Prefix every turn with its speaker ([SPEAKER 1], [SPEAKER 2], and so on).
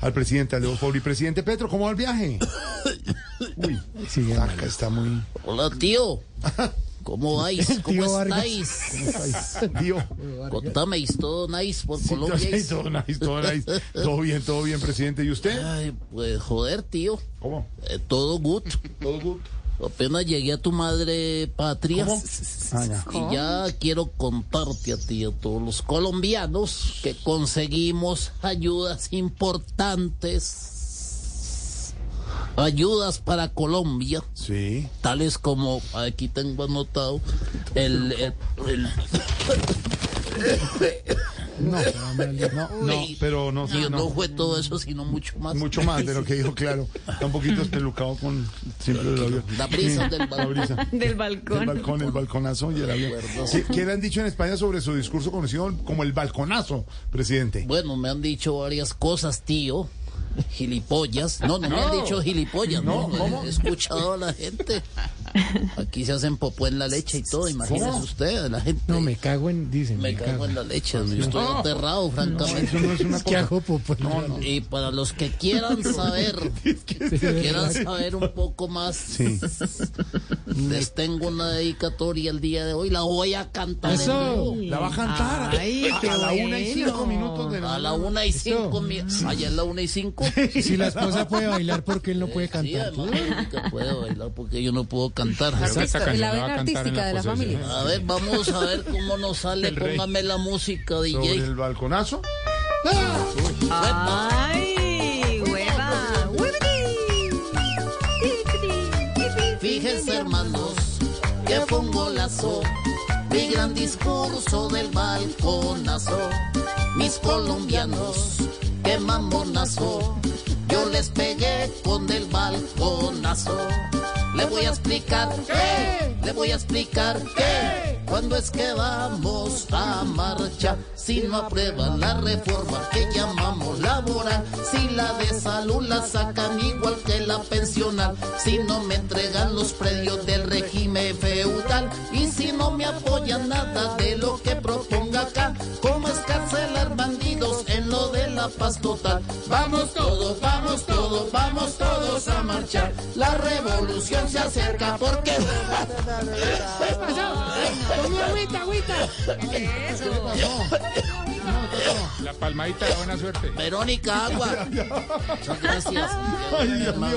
[SPEAKER 1] al presidente, a Leo Fabri. Presidente Petro, ¿cómo va el viaje? Uy, sí, acá está muy...
[SPEAKER 2] Hola, tío. ¿Cómo vais? ¿Cómo
[SPEAKER 1] tío Vargas.
[SPEAKER 2] estáis?
[SPEAKER 1] Dios.
[SPEAKER 2] Contameis todo nice por
[SPEAKER 1] Sí, todo,
[SPEAKER 2] Colombia.
[SPEAKER 1] sí, todo nice, todo nice. Todo bien, todo bien, presidente. ¿Y usted?
[SPEAKER 2] Ay, pues joder, tío.
[SPEAKER 1] ¿Cómo?
[SPEAKER 2] Eh, todo good.
[SPEAKER 1] ¿Todo good?
[SPEAKER 2] Apenas llegué a tu madre patria.
[SPEAKER 1] ¿Cómo? Ah, ya.
[SPEAKER 2] Y ya quiero contarte a ti, a todos los colombianos, que conseguimos ayudas importantes. Ayudas para Colombia,
[SPEAKER 1] Sí.
[SPEAKER 2] tales como, aquí tengo anotado, el... el- el-
[SPEAKER 1] No, no, no, pero no, sí,
[SPEAKER 2] no,
[SPEAKER 1] no.
[SPEAKER 2] fue todo eso, sino mucho más.
[SPEAKER 1] Mucho más de lo que dijo, claro. Está un poquito espelucado con siempre el avión.
[SPEAKER 2] La brisa del balcón.
[SPEAKER 1] La brisa.
[SPEAKER 3] Del
[SPEAKER 1] El
[SPEAKER 3] balcón.
[SPEAKER 1] balcón, el balconazo y el avión. ¿Qué, qué le han dicho en España sobre su discurso conocido como el balconazo, presidente?
[SPEAKER 2] Bueno, me han dicho varias cosas, tío. Gilipollas. No, no, me han
[SPEAKER 1] No.
[SPEAKER 2] dicho gilipollas, no.
[SPEAKER 1] No, ¿cómo?
[SPEAKER 2] He escuchado a la gente. Aquí se hacen popó en la leche y todo, imagínese
[SPEAKER 1] ¿Cómo?
[SPEAKER 2] usted, la gente.
[SPEAKER 4] No, me cago en, dicen.
[SPEAKER 2] me cago en la leche, yo estoy aterrado, francamente.
[SPEAKER 1] Eso no es una
[SPEAKER 4] ¿Qué
[SPEAKER 1] cosa.
[SPEAKER 4] hago, popo? No, no.
[SPEAKER 2] Y para los que quieran saber, quieran saber un poco más,
[SPEAKER 1] Sí.
[SPEAKER 2] les tengo una dedicatoria el día de hoy. La voy a cantar en vivo.
[SPEAKER 1] La va a cantar
[SPEAKER 3] Ay,
[SPEAKER 1] a,
[SPEAKER 3] qué
[SPEAKER 1] a la una y cinco
[SPEAKER 3] bueno.
[SPEAKER 1] minutos de la
[SPEAKER 2] A la una y cinco, mi- allá es la una y cinco.
[SPEAKER 4] Si la esposa puede bailar, ¿por qué él no puede
[SPEAKER 2] Sí,
[SPEAKER 4] cantar?
[SPEAKER 2] además, la única puedo bailar porque yo no puedo cantar.
[SPEAKER 5] Esta
[SPEAKER 3] Artista,
[SPEAKER 5] canción
[SPEAKER 3] la
[SPEAKER 5] la va
[SPEAKER 3] vena
[SPEAKER 5] a cantar en
[SPEAKER 3] artística
[SPEAKER 5] la
[SPEAKER 3] de la
[SPEAKER 5] procesión.
[SPEAKER 3] familia.
[SPEAKER 2] A ver, vamos a ver cómo nos sale. Póngame la música,
[SPEAKER 1] sobre
[SPEAKER 2] DJ.
[SPEAKER 1] el balconazo.
[SPEAKER 3] Ay, hueva.
[SPEAKER 2] Fíjense, hermanos, que fue un golazo. Mi gran discurso del balconazo. Mis colombianos, qué mamonazo. Yo les pegué con el balconazo. Le voy a explicar qué, le voy a explicar qué. ¿Cuándo es que vamos a marcha? Si no aprueban la reforma que llamamos laboral, si la de salud la sacan igual que la pensional, si no me entregan los predios del régimen feudal y si no me apoyan nada de lo que proponga acá, ¿cómo escarcelar bandidos en lo de la paz total? Vamos todos, vamos todos, vamos todos a marchar. La revolución se acerca porque...
[SPEAKER 5] La palmadita de buena suerte.
[SPEAKER 2] Verónica Agua. Muchas gracias.
[SPEAKER 1] Ay, Dios mío.